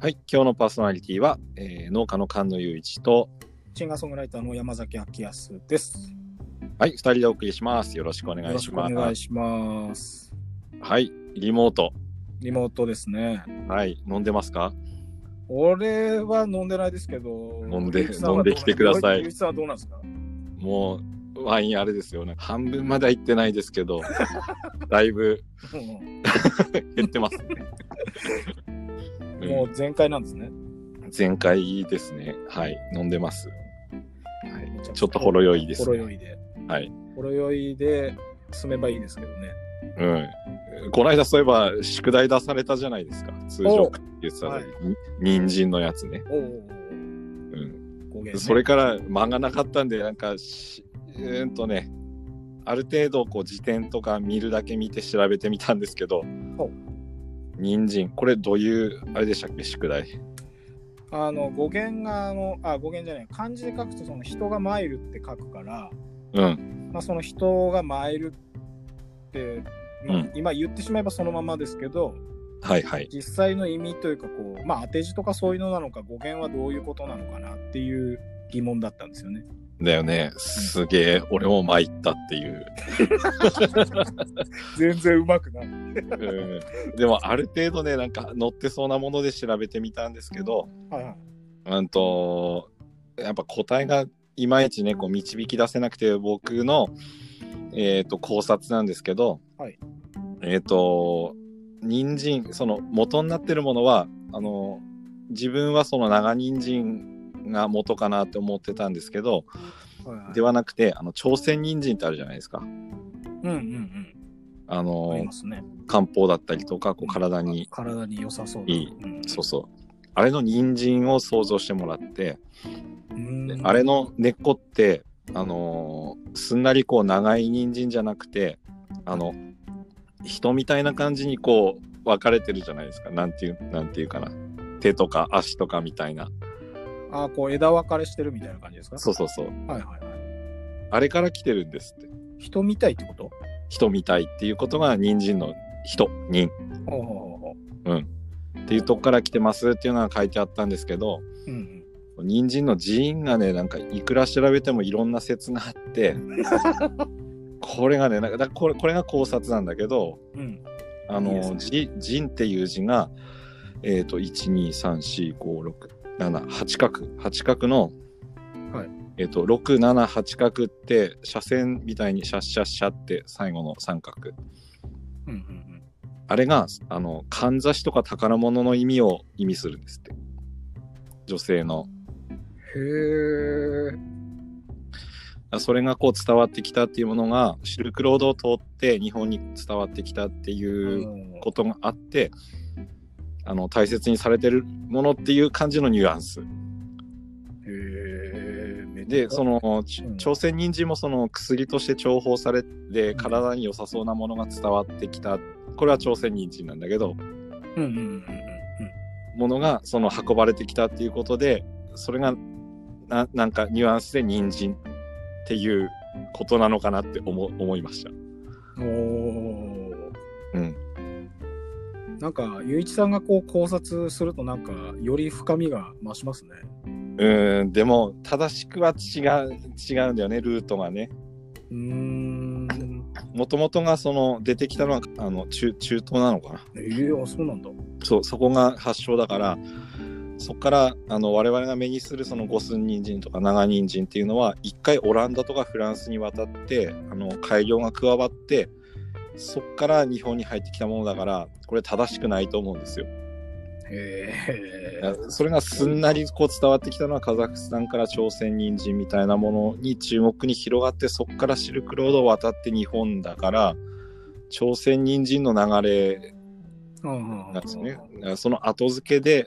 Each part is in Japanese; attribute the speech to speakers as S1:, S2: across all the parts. S1: はい、今日のパーソナリティは、えー農家の菅野雄一と、
S2: シンガーソングライターの山崎明康です。
S1: はい、二人でお送りします。よろしくお願
S2: よろ
S1: い
S2: し
S1: し
S2: くお
S1: ます。
S2: 願いします。
S1: はい、リモート。
S2: リモートですね。
S1: はい、飲んでますか
S2: 俺は飲んでないですけど、
S1: 飲んで
S2: ゆういちさはどう
S1: 飲んできてください
S2: ゆういちさんはどうなんですか
S1: もう、ワインあれですよね。半分までは行ってないですけ ど、だいぶ
S2: うん
S1: 減ってますね。
S2: もう全開なんですね。
S1: うん前回ですね。はい、飲んでます。はい、
S2: めちゃく
S1: ちょっとほろ酔いです
S2: ほ
S1: ね、
S2: ろ酔いで。
S1: はい。
S2: ほろ酔いで進めばいいですけどね。
S1: うん。この間そういえば、宿題出されたじゃないですか。通常って言ってたのに、に人参のやつね。
S2: おうおう
S1: うん。
S2: おう、語源ね
S1: それから間がなかったんで、なんかし、うーんとね、ある程度こう辞典とか見るだけ見て調べてみたんですけど
S2: ほう、
S1: 人参これどういう、あれでしたっけ、宿題。
S2: あの語源があの、あ、語源じゃない、漢字で書くと、その人が参るって書くから、
S1: うん、
S2: まあ、その人が参るって、まあ
S1: うん
S2: 今言ってしまえばそのままですけど、
S1: はいはい。
S2: 実際の意味というかこう、まあ、当て字とかそういうのなのか語源はどういうことなのかなっていう疑問だったんですよね。
S1: だよね、すげえ、俺も参ったっていう。
S2: 全然うまくない。
S1: うん、でも、ある程度ね、なんか載ってそうなもので調べてみたんですけど、
S2: はいはい、
S1: うんと、やっぱ答えがいまいちね、こう導き出せなくて、僕の、えっ、と、考察なんですけど、
S2: はい
S1: えっ、と、人参、その元になってるものは、あの、自分はその長人参が元かなって思ってたんですけど、
S2: はいはい、
S1: ではなくて、あの、朝鮮人参ってあるじゃないですか。
S2: うんうん
S1: あ
S2: うん。あり
S1: の
S2: ま、すね。
S1: 漢方だったりとか、こう体に、
S2: 体に良さそうな。
S1: いい
S2: うん
S1: そうそう。あれの人参を想像してもらって、
S2: うん
S1: あれの根っこって、あのーすんなりこう長い人参じゃなくてあの人みたいな感じにこう分かれてるじゃないですかなんていうなんていうかな手とか足とかみたいな
S2: あこう枝分かれしてるみたいな感じですか
S1: そうそうそう
S2: はいはいはい。
S1: あれから来てるんですって
S2: 人みたいってこと
S1: 人みたいっていうことが人参の人人
S2: ほうほうほうほ
S1: っていうとこから来てますっていうのが書いてあったんですけど
S2: う。うんうん。
S1: 人参の寺院がねなんかいくら調べてもいろんな説があってこれがねなんかだからこれこれが考察なんだけど
S2: うん、
S1: あ
S2: いいです
S1: の、
S2: ね
S1: じ、人っていう字が、えっ、と、1、2、3、4、5、6、7、8角、8角の、
S2: はい
S1: えっ、と、6、7、8角って、斜線みたいにシャッシャッシャって最後の三角。
S2: うんうんうん。
S1: あれが、あの、かんざしとか宝物の意味を意味するんですって。女性の。
S2: へえ。
S1: それがこう伝わってきたっていうものが、シルクロードを通って日本に伝わってきたっていうことがあってあの大切にされてるものっていう感じのニュアンス
S2: へえ。
S1: でそ
S2: の。
S1: のち
S2: うん
S1: 朝鮮人参もその薬として重宝されて体に良さそうなものが伝わってきたこれは朝鮮人参なんだけど
S2: うんうんうんうんうん。
S1: ものがその運ばれてきたっていうことでそれがななんかニュアンスで人参っていうことなのかなって思思いました。
S2: おー
S1: うん
S2: なんか、ゆういちさんがこう考察すると、なんか、より深みが増しますね。
S1: うーんでも正しくは違う違うんだよねルートがね。
S2: うーん。
S1: もともとがその出てきたのはあの中中東なのかな
S2: えー、あそうなんだ。
S1: そうそこが発祥だからそこからあの我々が目にするその五寸人参とか長人参っていうのは一回オランダとかフランスに渡ってあの改良が加わってそこから日本に入ってきたものだからこれ正しくないと思うんですよ。
S2: へ
S1: だ
S2: え。
S1: からそれがすんなりこう伝わってきたのはカザフスタンから朝鮮人参みたいなものに中国に広がってそこからシルクロードを渡って日本だから朝鮮人参の流れ
S2: うん
S1: なんですね。だからその後付けで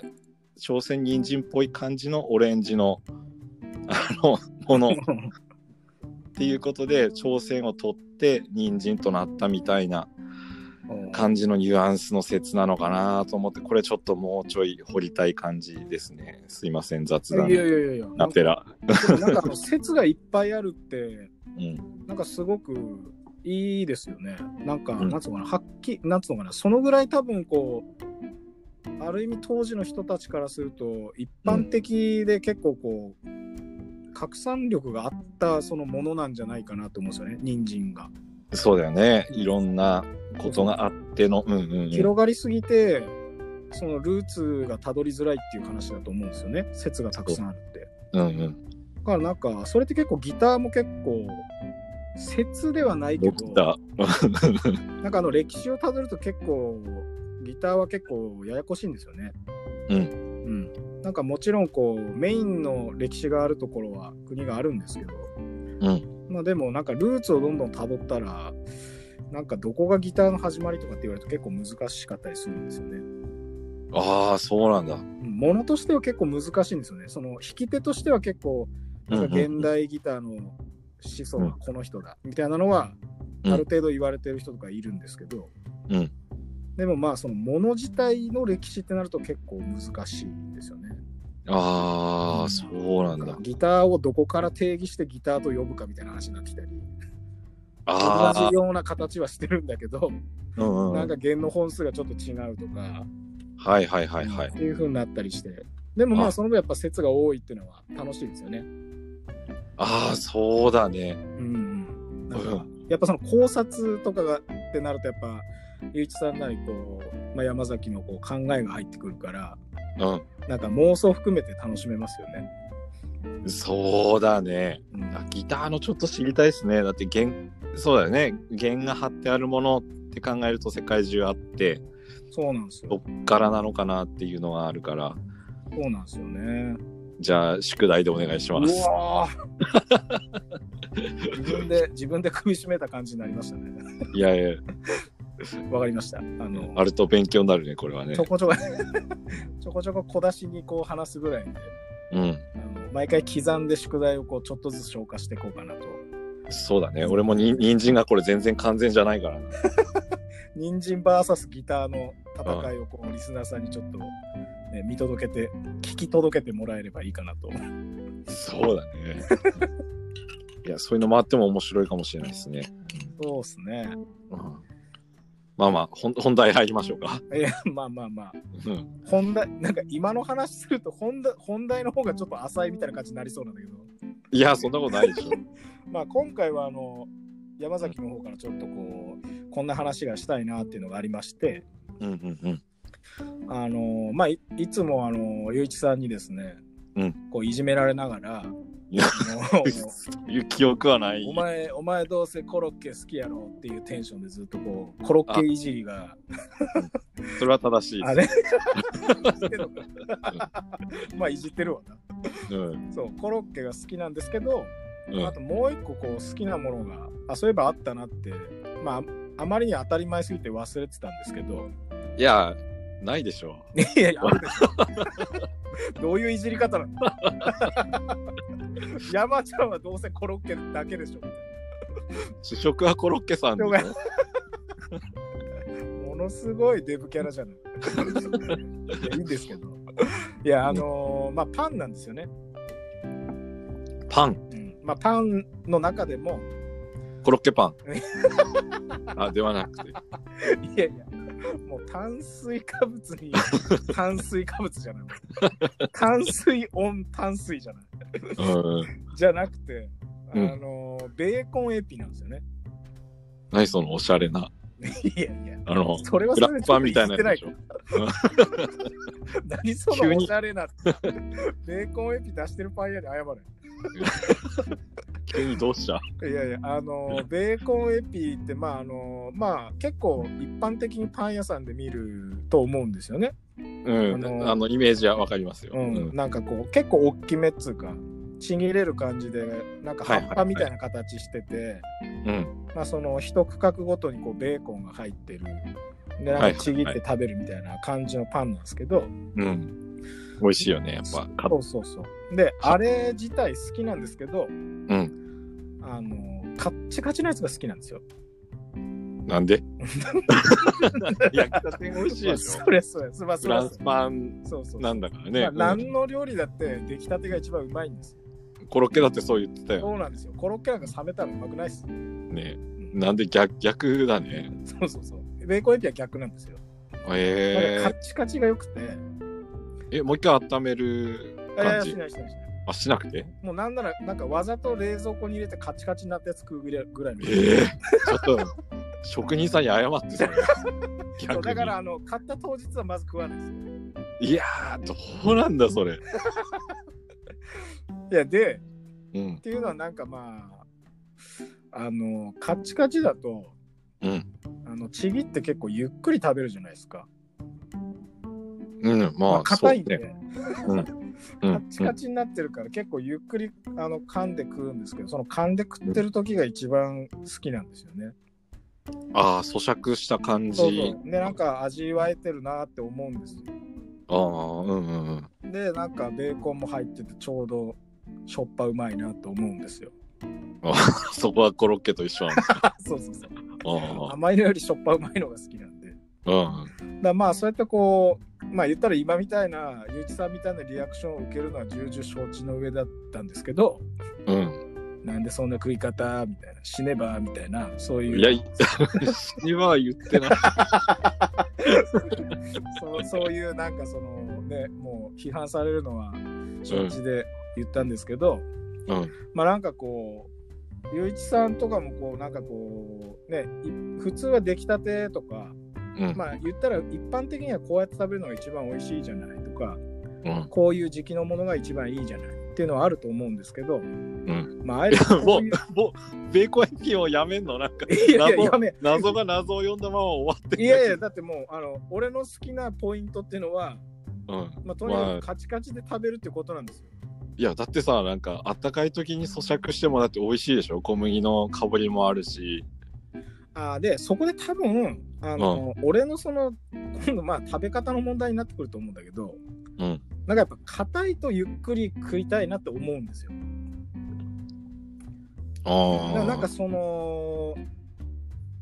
S1: 朝鮮人参っぽい感じのオレンジのあのものっていうこと で朝鮮を取って人参となったみたいな
S2: か
S1: 感じのニュアンスの説なのかなと思ってこれちょっともうちょい掘りたい感じですね。すいません雑談
S2: いやいやいやいや。
S1: なペラ。
S2: なんか、あの説がいっぱいあるって、
S1: うん
S2: なんかすごくいいですよね。なんか、
S1: うん
S2: なんつうのかな、はっきり、なんつうのかな、そのぐらい多分こある意味当時の人たちからすると一般的で結構こう、拡散力があったそのものなんじゃないかなと思うんですよね人参が。
S1: そうだよね。いろんなことがあっての。うんうん、うん。
S2: 広がりすぎてそのルーツがたどりづらいっていう話だと思うんですよね説がたくさんあるって。
S1: うんうん。
S2: だからなんかそれって結構ギターも結構説ではないけ
S1: 起
S2: ど
S1: きた。
S2: なんかあの歴史をたどると結構ギターは結構ややこしいんですよね。
S1: うん
S2: うんなんかもちろんこうメインの歴史があるところは国があるんですけど、
S1: うん。
S2: まあ、でもなんかルーツをどんどんたどったらなんかどこがギターの始まりとかって言われると結構難しかったりするんですよね。
S1: ああ、そうなんだ。
S2: うんものとしては結構難しいんですよね。その弾き手としては結構
S1: うん
S2: なんか
S1: うん
S2: 現代ギターの思想はこの人だ、みたいなのはあ
S1: うん
S2: る程度言われてる人とかいるんですけど、
S1: うん
S2: でもまあそのもの自体の歴史ってなると結構難しいんですよね。
S1: ああ、そうなんだ。
S2: ギターをどこから定義してギターと呼ぶかみたいな話になってきたり同
S1: ああ
S2: じ、ような形はしてるんだけど、
S1: うんう
S2: なん
S1: ん。
S2: か弦の本数がちょっと違うとか、
S1: はいはいはいはい
S2: っ。ていう風になったりしてでもま
S1: は
S2: あ
S1: い
S2: その分やっぱ説が多いっていうのは楽しいですよね。
S1: ああ、そうだね。
S2: うんなん
S1: う
S2: かやっぱその考察とかがってなるとやっぱゆういちさんなりこう、まあ、山崎のこう考えが入ってくるから
S1: う
S2: なんか妄想含めて楽しめますよね。
S1: ん。そうだね。
S2: うん
S1: あギターのちょっと知りたいですね。だって弦、そうだよね。弦が張ってあるものって考えると世界中あって、
S2: そうなんです
S1: ど
S2: よ。
S1: っからなのかなっていうのがあるから、
S2: そうなんですよね。
S1: じゃあ宿題でお願いし
S2: う
S1: ます。
S2: わ ー自分で自分で首絞めた感じになりましたね。
S1: いやいや、
S2: わかりました。あの
S1: あると勉強になるね、これはね
S2: ちょ。こちょこ ちょこちょこ小出しにこう話すぐらいで
S1: うん。
S2: あの毎回刻んで宿題をこうちょっとずつ消化していこうかなと。
S1: そうだね。俺もに人参がこれ全然完全じゃないからな。
S2: 人参 VS ギターの戦いをこうリスナーさんにちょっと、ね、見届けて聞き届けてもらえればいいかなと。
S1: そうだ ね。いや、そういうのもあっても面白いかもしれないですね。
S2: そうですね。
S1: うん、まあまあ、ほん本題入りましょうか。
S2: いやまあまあまあ
S1: うん。
S2: 本題なんか今の話すると本題本題の方がちょっと浅いみたいな感じになりそうなんだけど、
S1: いや、そんなことないでしょ。
S2: まあ、今回はあの山崎の方からちょっとこうこんな話がしたいなっていうのがありまして
S1: うんうんうん。
S2: あのまあいいつもあのゆういちさんにですね、
S1: うん
S2: こういじめられながら。
S1: いや
S2: あの
S1: そういう記憶はない。
S2: お前、お前どうせコロッケ好きやろっていうテンションでずっとこう、コロッケいじりが、
S1: それは正しい
S2: あ
S1: で
S2: れいじってんのか まあ、いじってるわな。
S1: す。うん。
S2: そう、コロッケが好きなんですけど、
S1: うん
S2: あともう一個こう、好きなものが、あ、そういえばあったなって、まあ、あまりに当たり前すぎて忘れてたんですけど、
S1: いや、ないでしょ
S2: いやいや、あるでし ょどういういじり方なの 山ちゃんはどうせコロッケだけでしょ
S1: う。主食はコロッケさんでしょ
S2: 了解ものすごいデブキャラじゃない。いやいいんですけど。いや、あのーまあ、パンなんですよね。
S1: パン、
S2: うんまあ、パンの中でも、
S1: コロッケパン。あ、ではなくて。
S2: いやいや、もう炭水化物に、炭水化物じゃない。炭水オン炭水じゃない。
S1: うん。
S2: じゃなくて、あ
S1: うん
S2: のーベーコンエピなんですよね。
S1: 何そのおしゃれな。
S2: いやいや、
S1: あの、
S2: それは
S1: フ
S2: そ
S1: ラ
S2: れ
S1: ッ
S2: でち
S1: パ
S2: ょ
S1: ー
S2: っと
S1: み
S2: 言
S1: た
S2: っ
S1: いな
S2: てな
S1: や
S2: い
S1: つでしょ。
S2: 何そ
S1: 急
S2: の
S1: に
S2: おしゃ れな。ベーコンエピ出してるパン屋に謝れ。
S1: 急にどうした
S2: いやいや、あの、ベーコンエピって、まあ、あの、まあ、結構一般的にパン屋さんで見ると思うんですよね。
S1: う
S2: あ
S1: ん。
S2: の
S1: あの、イメージはわかりますよ。
S2: う。
S1: うんん。
S2: なんかこう、結構大きめっつうか、ちぎれる感じで、なんか葉っぱみたいな形してて、
S1: うん。
S2: まあ、その一区画ごとにこう、ベーコンが入ってる。で、
S1: は
S2: ないんかちぎって食べるみたいな感じのパンなんですけど、
S1: うん。美味しいよね、やっぱ。か
S2: そうそうそう。で、あれ自体好きなんですけど、
S1: うん。
S2: あの、カッチカチのやつが好きなんですよ。
S1: なん で焼きたて美味しい
S2: まあ
S1: でしょ。
S2: それそれ。まあそ
S1: フ
S2: れ
S1: ラ
S2: は
S1: ンスパン
S2: そうそう。
S1: なんだからね。
S2: まあ
S1: うん
S2: 何の料理だって出来たてが一番うまいんですよ。
S1: コロッケだってそう言ってたよ
S2: そうなんですよ。コロッケなんか冷めたらうまくないっす。
S1: ね。
S2: うん
S1: なんで逆逆だね。
S2: そうそうそう。ベーコンエピは逆なんですよ。なん
S1: え
S2: かカッチカチが良くて、
S1: え、もう一回温める
S2: あいや
S1: 感
S2: いやし
S1: じ
S2: ないしないしない
S1: あ、しなくて
S2: もうなんなら、なんかわざと冷蔵庫に入れてカチカチになったやつ食うぐらいぐらいの。
S1: ええちょっと、職人さんに謝ってそれ
S2: そう
S1: 逆に
S2: だからあの買った当日はまず食わないです。
S1: いやー、どうなんだ、それ。
S2: いやで
S1: うん
S2: っ。ていうのはなんかまああのカッチカチだと
S1: うん。
S2: あのちぎって結構ゆっくり食べるじゃないですか。
S1: うん、ま
S2: ま
S1: あ、
S2: あ硬いんで、
S1: そうねう
S2: カ
S1: ん
S2: ッチカチになってるから結構ゆっくりあの噛んで食うんですけどその噛んで食ってる時が一番好きなんですよね。
S1: うんああ、咀嚼した感じ。
S2: そうそうでなんか味わえてるなって思うんですよ。
S1: ああ、うんうんうん。
S2: でなんかベーコンも入っててちょうどしょっぱうまいなと思うんで すよ。
S1: そこはコロッケと一緒なんだ。
S2: そうそうそう
S1: あ
S2: 甘いのよりしょっぱうまいのが好きなんで。だか
S1: あ、うん。
S2: らまあそうやってこうまあ言ったら今みたいなゆういちさんみたいなリアクションを受けるのは重々承知の上だったんですけど
S1: うん。
S2: なんでそんな食い方みたいな死ねばみたいなそういう
S1: いや、い死には言ってない。
S2: そうそういうなんかそのねもう批判されるのは承知で言ったんですけど、
S1: うん
S2: まあなんかこう雄一さんとかもこうなんかこうねい普通は出来たてとか
S1: うん。
S2: まあ言ったら一般的にはこうやって食べるのが一番美味しいじゃないとか
S1: うん
S2: こういう時期のものが一番いいじゃないっていうのはあると思うんですけど、
S1: ん
S2: まああえてこ
S1: も
S2: ういう
S1: う、もう、ベーコン焼きをやめんのなんか、
S2: いやいや
S1: 謎
S2: やめ
S1: 謎が謎を呼んだまま終わって
S2: いやいやだってもうあの俺の好きなポイントっていうのは、
S1: うん。
S2: まあ、とにかくカチカチで食べるってことなんですよ
S1: いや、だってさ、なんか、あったかい時に咀嚼してもだって美味しいでしょ小麦の香りもあるし。
S2: あーでそこで多分あの、俺のその今度まあ食べ方の問題になってくると思うんだけど、
S1: うん
S2: なんかやっぱ硬いとゆっくり食いたいなって思うんですよ。だからなんかその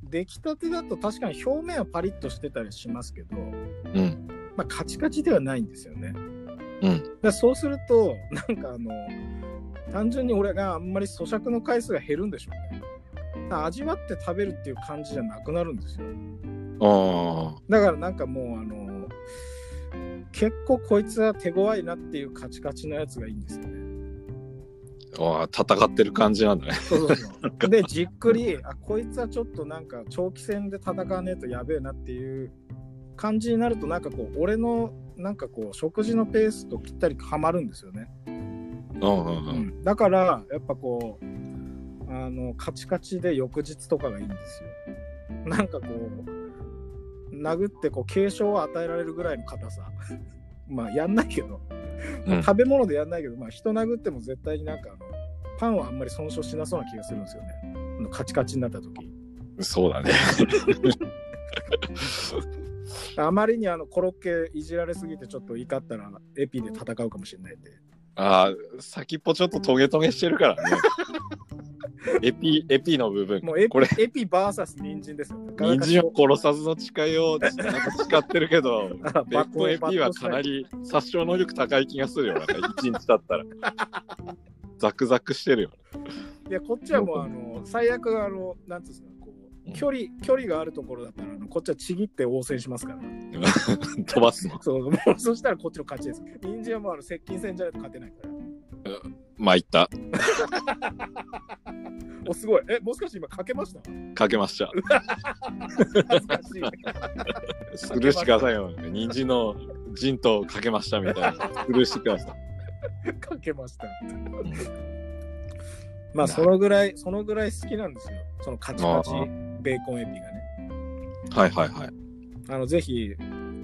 S2: 出来たてだと確かに表面はパリッとしてたりしますけど、
S1: うん。
S2: まあ、カチカチではないんですよね。
S1: うん
S2: だからそうするとなんかあの単純に俺があんまり咀嚼の回数が減るんでしょうね。だから味わって食べるっていう感じじゃなくなるんですよ。
S1: あ
S2: だからなんかもうあの結構こいつは手強いなっていうカチカチのやつがいいんですよね。
S1: あ、ああ戦ってる感じなんだね。
S2: そうそうそうでじっくりあこいつはちょっとなんか長期戦で戦わねえとやべえなっていう感じになるとなんかこう俺のなんかこう食事のペースとぴったりはまるんですよね。
S1: うんうんうん。
S2: うんだからやっぱこうあのカチカチで翌日とかがいいんですよ。なんかこう殴ってこう軽傷を与えられるぐらいの硬さ まあやんないけど、
S1: うん
S2: 食べ物でやんないけど、まあ、人殴っても絶対になんかあのパンはあんまり損傷しなそうな気がするんですよねあのカチカチになった時
S1: そうだね。
S2: あまりにあのコロッケいじられすぎてちょっと怒ったらエピで戦うかもしれないって
S1: ああ、先っぽちょっとトゲトゲしてるから ね。エピ、エピの部分。
S2: もうエ
S1: これ、
S2: ピエピ VS 人参ですよね
S1: 人参を殺さずの誓いをなんか誓ってるけ ど、
S2: あ
S1: ベッコンエピはかなり殺傷能力高い気がするよ。なんか一日経ったら。ザクザクしてるよ。
S2: いや、こっちはもう、あの、最悪、あの、なんつうんですか、こ
S1: う
S2: う、
S1: ん
S2: 距離、距離があるところだったら、あのこっちはちぎって応戦しますから。
S1: 飛ばすの。
S2: そう、もう、 そしたらこっちの勝ちです。人参はもう、あの、接近戦じゃないと勝てないから。
S1: まいった。
S2: お、すごい。え、もしかして今、かけました
S1: かけました。
S2: 恥ずかしい。
S1: スルーしてくださいよ。人参の人とかけましたみたいな。スルーしてください。
S2: かけました。まあ、そのぐらい、そのぐらい好きなんですよ。そのカチカチ
S1: ああ、
S2: ベーコンエピがね。
S1: はいはいはい。
S2: あの、ぜひ、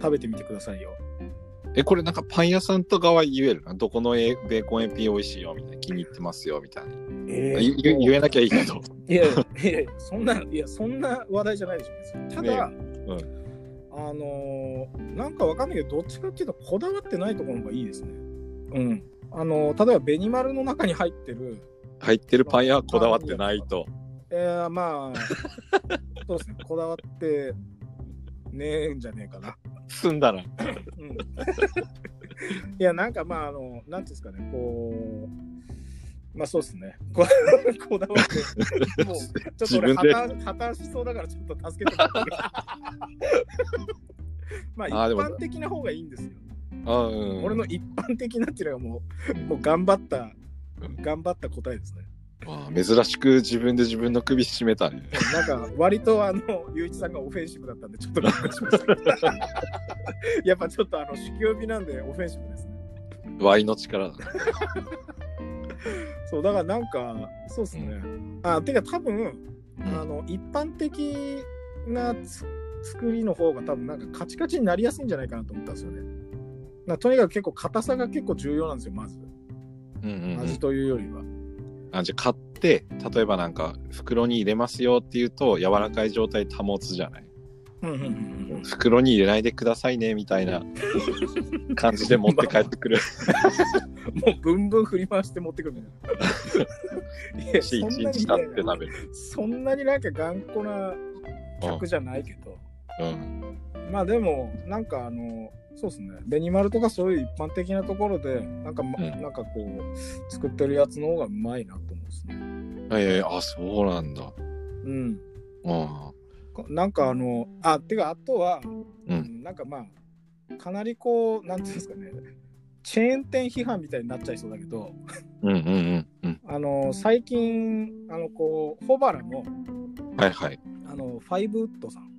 S2: 食べてみてくださいよ。
S1: え、これなんかパン屋さんとかは言えるな。どこのえベーコンエピ美味しいよみたいな。気に入ってますよみたいな。
S2: え
S1: 言言言えなきゃいいけど。
S2: いやいやいやいやそんな、いや、そんな話題じゃないでしょ別に。ただ、
S1: え
S2: あのーなんかわかんないけど、どっちかっていうと、こだわってないところの方がいいですね。うん。あのー例えば、ベニマルの中に入ってる、
S1: 入ってるパン屋はこだわってないと。
S2: えー、まあ、そうですね、こだわってねえんじゃねえかな。
S1: 済んだら。
S2: うん。い や、なんかまあ、あの、なんていうんですかね、こう、まあそうですね。 ここだわって、もう、ちょっと
S1: 自
S2: 俺
S1: 分
S2: 破
S1: で
S2: 綻、破綻しそうだから、ちょっと助けてもらっていい まあ一
S1: あーでも
S2: 般的な方がいいんですよ。
S1: あうん
S2: 俺の一般的なっていうのがもうもう頑張った頑張った答えですね。
S1: あ珍しく自分で自分の首絞めたね。
S2: なんか割とあのゆういちさんがオフェンシブだったんでちょっとびっくりしました けどやっぱちょっとあの酒気帯びなんでオフェンシブですね。
S1: ワイの力だね。
S2: そうだからなんかそうですね。あてか多分
S1: う
S2: あ
S1: ん
S2: の一般的なつ作りの方が多分なんかカチカチになりやすいんじゃないかなと思ったんですよね。なとにかく結構硬さが結構重要なんですよまず
S1: うんうんうん
S2: 味というよりは。
S1: あじゃあ買って例えばなんか袋に入れますよっていうと柔らかい状態保つじゃない
S2: うんうんうんうん
S1: 袋に入れないでくださいねみたい な感じで持って帰ってくる
S2: もうブンブン振り回して持ってくるみた いな。いや
S1: し
S2: そん
S1: 一
S2: なに
S1: 日経って食べる、
S2: そんなになんか頑固な客じゃないけど、
S1: うん、
S2: まあでもなんかあのそうですねベニマルとかそういう一般的なところでなんか、ま
S1: うん
S2: なんかこう作ってるやつの方がうまいなと思うんですね。
S1: えー、あそうなんだ
S2: うん、
S1: うん
S2: こなんかあのあてかあとは、
S1: う
S2: なんかまあかなりこうなんていうんですかねチェーン店批判みたいになっちゃいそうだけど
S1: うんうんうんうん
S2: あの最近あのこうホバラの
S1: はいはい
S2: あのファイブウッドさん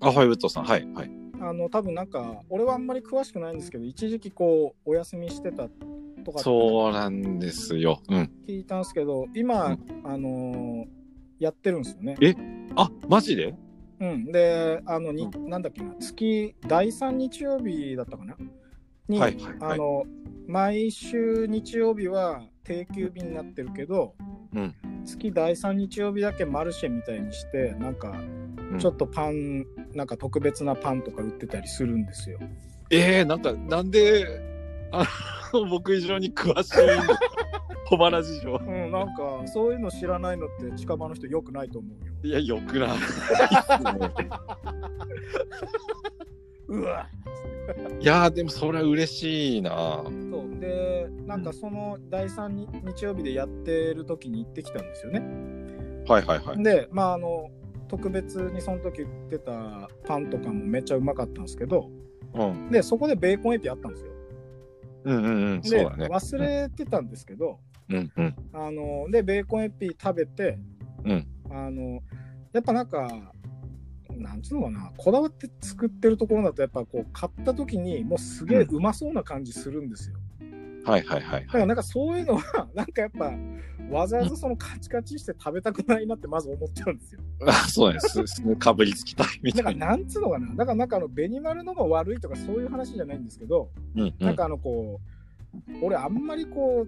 S1: あホイウッドさんはいはい
S2: あの多分なんか俺はあんまり詳しくないんですけど一時期こうお休みしてたとかって
S1: そうなんですようん
S2: 聞いたんですけど今、
S1: う
S2: あのーやってるんですよね。
S1: えあマジで
S2: うん、であのに、なんだっけな月第3日曜日だったかなに、
S1: はいはいは
S2: あ
S1: い
S2: の毎週日曜日は定休日になってるけど、
S1: うん
S2: 月第3日曜日だけマルシェみたいにしてなんか
S1: うん
S2: ちょっとパン、なんか特別なパンとか売ってたりするんですよ。
S1: えー、なんかなんであの 僕以上に詳しい の小腹事情
S2: うん、なんかそういうの知らないのって近場の人よくないと思うよ。
S1: いやよくない
S2: うわ
S1: いやーでもそれは嬉しいな
S2: そうでなんかその第3に日曜日でやってる時に行ってきたんですよね。
S1: はいはいはい
S2: でまああの特別にその時売ってたパンとかもめっちゃうまかったんですけど
S1: うん
S2: でそこでベーコンエピあったんですよ。
S1: うんうんうんそう
S2: で
S1: だね
S2: 忘れてたんですけど、
S1: うんうん
S2: あのでベーコンエピ食べて、
S1: うん
S2: あのやっぱなんかなんつうのかなこだわって作ってるところだとやっぱこう買った時にもうすげえうまそうな感じするんですよ、
S1: はいはいはい
S2: だからなんかそういうのはなんかやっぱわざわざそのカチカチして食べたくないなってまず思っちゃうんですよ
S1: あ そうですすすかぶりつきたいみ
S2: だ
S1: た
S2: から
S1: いな
S2: なんつうのかなだからなんかあのベニマルのが悪いとかそういう話じゃないんですけど、
S1: うんう
S2: なん
S1: ん
S2: かあのこう俺あんまりこ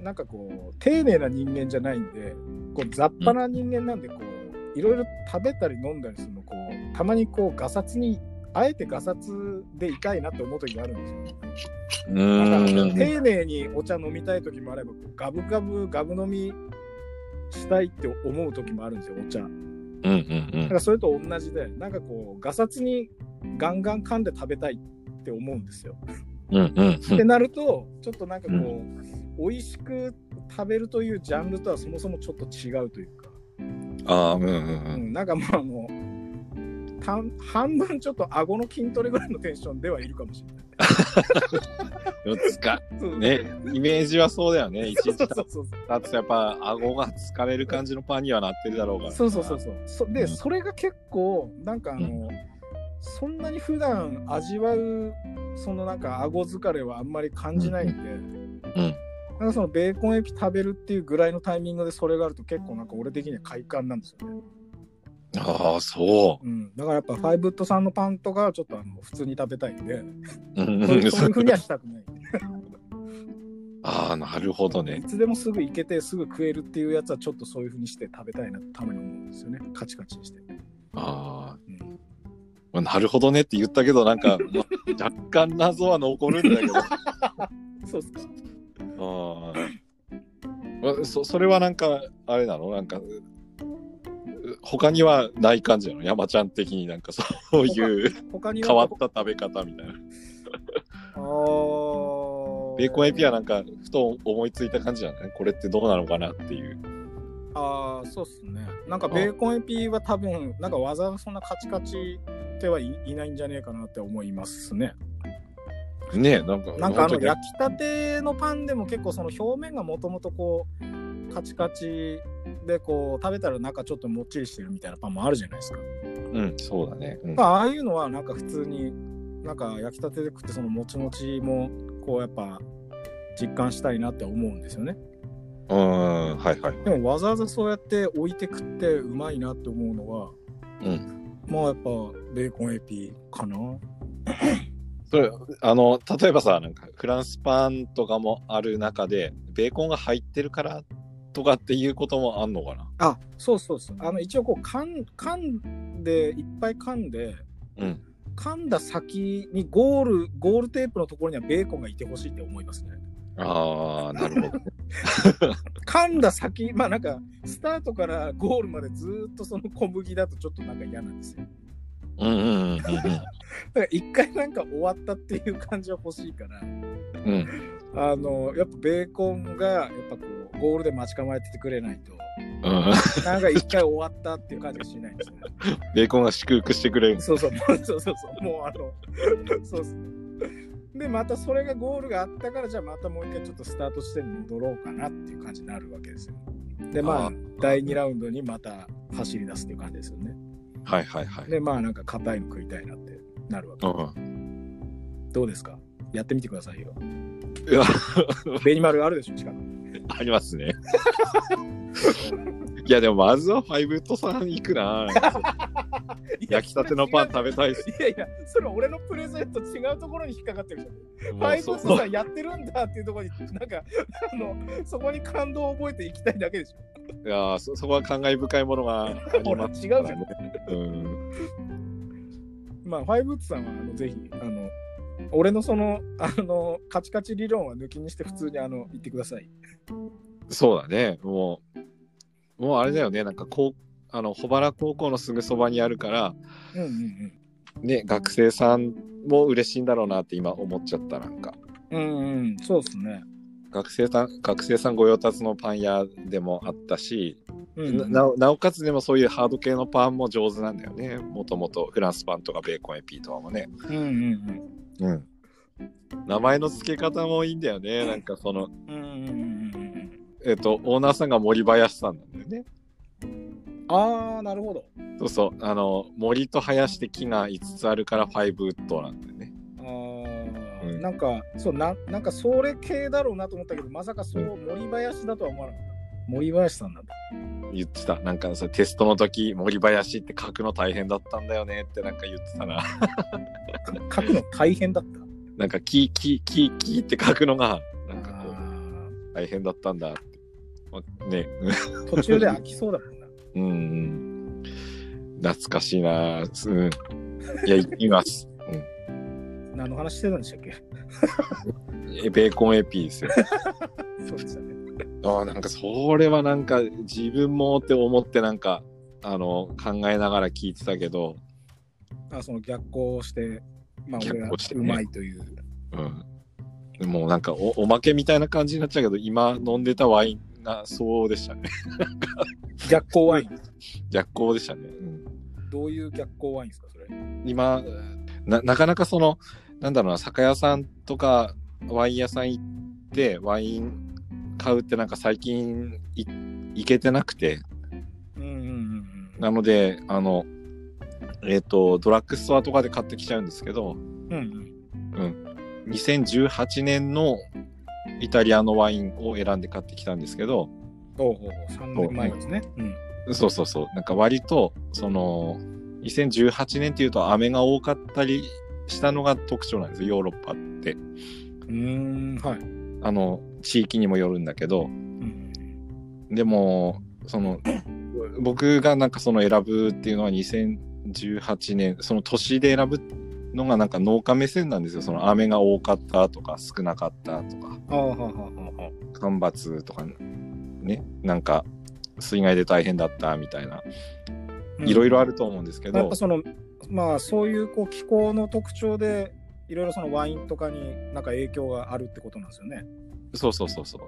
S2: うなんかこう丁寧な人間じゃないんでこう雑把な人間なんでこういろいろ食べたり飲んだりするのこうたまにこうガサツにあえてガサツでいたいなって思う時があるんですよ。
S1: う
S2: だから
S1: ーん
S2: 丁寧にお茶飲みたい時もあればこうガブガブガブ飲みしたいって思う時もあるんですよお茶。だ
S1: うんうんうん
S2: からそれと同じでなんかこうガサツにガンガン噛んで食べたいって思うんですよ。
S1: うんうん
S2: っ
S1: う
S2: て
S1: ん
S2: なるとちょっとなんかこう、美味しく食べるというジャンルとはそもそもちょっと違うというか、
S1: あーうんうん
S2: う
S1: うん
S2: ん、なんかまあもうたん半分ちょっと顎の筋トレぐらいのテンションではいるかもしれない。
S1: でも使
S2: そう
S1: ねイメージはそうだよね一
S2: そう
S1: 日
S2: そう
S1: 経
S2: そうそう
S1: つとやっぱ顎が疲れる感じのパンにはなってるだろうから
S2: そうそうそうそうそで、
S1: うん
S2: それが結構なんかあの、そんなに普段味わうそのなんか顎疲れはあんまり感じないんで、
S1: うん
S2: なんかそのベーコンエピ食べるっていうぐらいのタイミングでそれがあると結構なんか俺的には快感なんですよね。
S1: ああそ
S2: うん、だからやっぱファイブウッドさんのパンとかはちょっとあの普通に食べたいんで、
S1: ううん
S2: そう
S1: う
S2: いうんそういうふうにはしたくない。
S1: ああなるほどね
S2: いつでもすぐ行けてすぐ食えるっていうやつはちょっとそういうふうにして食べたいなってたまに思うんですよね。カチカチにして。
S1: ああ
S2: うん
S1: まあなるほどねって言ったけどなんか、まあ若干謎は残るんだけど
S2: そうっすか。
S1: ああ。そそれはなんか、あれなのなんか、う他にはない感じなの山ちゃん的になんかそういう
S2: 他には
S1: 変わった食べ方みたいな。
S2: あー
S1: ベーコンエピはなんか、ふと思いついた感じなのね。これってどうなのかなっていう。
S2: ああ、そうっすね。なんかベーコンエピは多分、なんかわざわざそんなカチカチってはい、いないんじゃねえかなって思いますね。
S1: ねえなんか
S2: なんか
S1: 本
S2: あの
S1: 当に
S2: 焼きたてのパンでも結構その表面がもともとこうカチカチでこう食べたら中ちょっともっちりしてるみたいなパンもあるじゃないですか。
S1: うんそうだね、うん
S2: まあああいうのはなんか普通になんか焼きたてで食ってそのもちもちもこうやっぱ実感したいなって思うんですよね。
S1: うんはいはい
S2: でもわざわざそうやって置いて食ってうまいなって思うのは、
S1: うん
S2: まあやっぱベーコンエピかな。
S1: それあの例えばさなんかフランスパンとかもある中でベーコンが入ってるからとかっていうこともあんのかな
S2: あそうそうそう。あの一応こう噛ん噛んでいっぱい噛んで
S1: うん
S2: 噛んだ先にゴールゴールテープのところにはベーコンがいてほしいって思いますね。
S1: ああなるほ ど
S2: 噛んだ先まあなんかスタートからゴールまでずーっとその小麦だとちょっとなんか嫌なんですよ。
S1: うんうんうんうん
S2: だから一回なんか終わったっていう感じは欲しいから。
S1: うんうん
S2: あのやっぱベーコンがやっぱこうゴールで待ち構えててくれないと
S1: うん
S2: なんか一回終わったっていう感じがしない んですね。
S1: ベーコンが祝福してくれる
S2: そうそうもうそうそうそうもうあのそうそうでまたそれがゴールがあったからじゃあまたもう一回ちょっとスタート地点に戻ろうかなっていう感じになるわけですよ。でまあ
S1: あ
S2: 第2ラウンドにまた走り出すっていう感じですよね。
S1: はいはいはい、
S2: でまあなんか硬いの食いたいなってなるわけ。
S1: うん
S2: どうですかやってみてくださいよ。
S1: いや
S2: ベニマルあるでしょ近くに。
S1: ありますね いやでもまずはファイブとさん行くな 焼きたてのパン食べたいし
S2: いやいや、それ俺のプレゼント違うところに引っかかってるじゃん。フ
S1: も
S2: ァ
S1: う
S2: イブ
S1: そ
S2: スさんやってるんだっていうところに、なんか、あの、そこに感動を覚えていきたいだけでしょ。
S1: いやーそそこは感慨深いものがあり
S2: ほら、
S1: ま
S2: 違う
S1: す
S2: じゃん。
S1: うん
S2: まあ、ファイブスさんは、あの、ぜひ、あの、俺のその、あの、カチカチ理論は抜きにして普通に、あの、言ってください。
S1: そうだねもうもうあれだよねなんかこうあの保原高校のすぐそばにあるから
S2: うんうん
S1: ね学生さんも嬉しいんだろうなって今思っちゃったなんか
S2: うん。うんうん、そうですね。
S1: 学生さん学生さん御用達のパン屋でもあったし、
S2: うんうん、
S1: ななおなおかつでもそういうハード系のパンも上手なんだよねもともとフランスパンとかベーコンエピーとかもね
S2: うんうん
S1: うん名前の付け方もいいんだよねなんかその
S2: うん。うんうんうんうん
S1: えっ、とオーナーさんが森林さんなんだよね
S2: ああ、なるほど。
S1: そうそう、あの、森と林で木が5つあるからファイブウッドなんでね。
S2: あー
S1: うん
S2: なんかそうななんかそれ系だろうなと思ったけどまさかそう森林だとは思わなかった森林さんなんだ
S1: 言ってた。なんかさ、テストの時、森林って書くの大変だったんだよねってなんか言ってたな。
S2: 書くの大変だった
S1: なんか木、木、木、木って書くのが、なんかこう、
S2: あ
S1: 大変だったんだって。まあね、
S2: ー途中で飽きそうだもんな
S1: うんうん。懐かしいなうん。いや、行きます。
S2: 何の話してたんでしたっけ
S1: うんえ、ベーコンエピーですよ。
S2: そうでしたね
S1: ああ、なんかそれはなんか自分もって思ってなんか、あの、考えながら聞いてたけど、
S2: あその逆行してまあ俺が
S1: 逆行して
S2: う
S1: ね
S2: まいという、
S1: うん。もうなんかおおまけみたいな感じになっちゃうけど、今飲んでたワインがそうでしたね。
S2: 逆行ワイン
S1: 逆光でしたね。うん
S2: どういう逆行ワインですかそれ
S1: 今な、なかなかその、なんだろうな、酒屋さんとかワイン屋さん行って、ワイン買うってなんか最近い行けてなくて、
S2: うんうん
S1: なので、あの、えっ、と、ドラッグストアとかで買ってきちゃうんですけど、
S2: うんうんうん
S1: 2018年のイタリアのワインを選んで買ってきたんですけど、
S2: おうおうおう3年前ですねうん
S1: そうそうそう。なんか割と、その、2018年っていうと雨が多かったりしたのが特徴なんですよ、ヨーロッパって。
S2: うーんはい、
S1: あの、地域にもよるんだけど、
S2: うん
S1: でも、その、僕がなんかその選ぶっていうのは2018年、その年で選ぶのがなんか農家目線なんですよ。その雨が多かったとか少なかったとか、
S2: ああはあはあはあ
S1: 干ばつとかね、なんか水害で大変だったみたいな、
S2: うん
S1: いろいろあると思うんですけ
S2: まあや
S1: ど
S2: っぱ、そのまあそういうこう気候の特徴でいろいろそのワインとかになんか影響があるってことなんですよね。
S1: そうそうそうそう。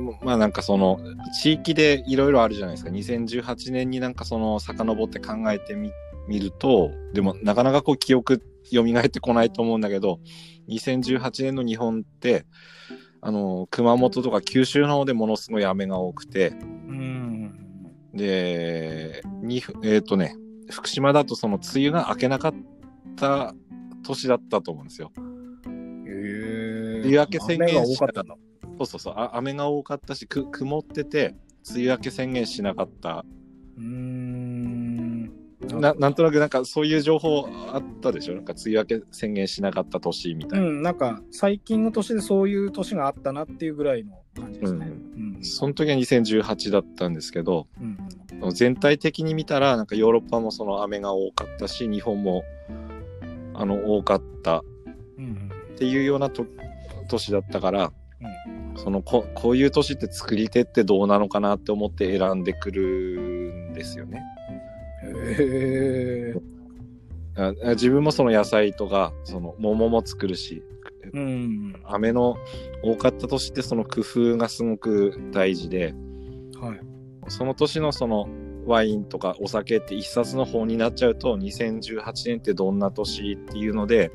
S1: もうまあなんかその地域でいろいろあるじゃないですか。2018年になんかその遡って考えてみ見るとでもなかなかこう記憶蘇ってこないと思うんだけど2018年の日本ってあの熊本とか九州の方でものすごい雨が多くて
S2: うん。
S1: でにえっ、とね福島だとその梅雨が明けなかった年だったと思うんですよ。
S2: え
S1: 梅雨明け宣言
S2: 雨が多かったんだ。
S1: そうそうそうあ雨が多かったしく曇ってて梅雨明け宣言しなかった
S2: うーん。
S1: ななんとなくなんかそういう情報あったでしょなんか梅雨明け宣言しなかった年みた
S2: う
S1: いな、
S2: ん、なんか最近の年でそういう年があったなっていうぐらいの感じですね。
S1: う
S2: うん。
S1: その時は2018だったんですけど
S2: うん。
S1: 全体的に見たらなんかヨーロッパもその雨が多かったし日本もあの多かったっ
S2: うん。
S1: ていうようなと年だったから、そのここういう年って作り手ってどうなのかなって思って選んでくるんですよね。
S2: へえ。
S1: あ自分もその野菜とかその桃も作るし
S2: うん。
S1: 雨の多かった年ってその工夫がすごく大事で
S2: はい。
S1: その年のそのワインとかお酒って一冊の本になっちゃうと2018年ってどんな年っていうので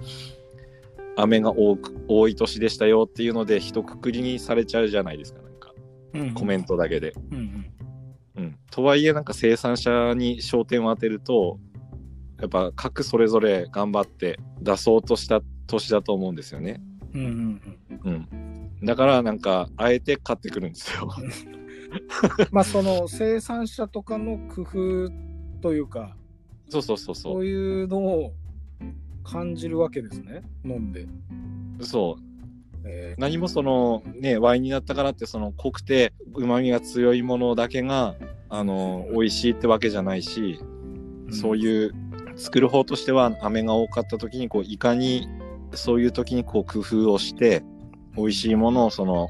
S1: 雨が多く多い年でしたよっていうので一括りにされちゃうじゃないですかなんか
S2: うん
S1: コメントだけで。
S2: うん
S1: うん、とはいえなんか生産者に焦点を当てるとやっぱ各それぞれ頑張って出そうとした年だと思うんですよね。
S2: うん。うんうん
S1: うん、だからなんかあえて買ってくるんですよ。
S2: うん。まあその生産者とかの工夫というか、
S1: そうそうそう
S2: そ
S1: そう
S2: いうのを感じるわけですね、飲んで。
S1: う。そう
S2: え
S1: 何もそのねワインになったからってその濃くて旨味が強いものだけがあの美味しいってわけじゃないし、そう
S2: う
S1: いう作る方としては雨が多かった時にこういかにそういう時にこう工夫をして美味しいものをその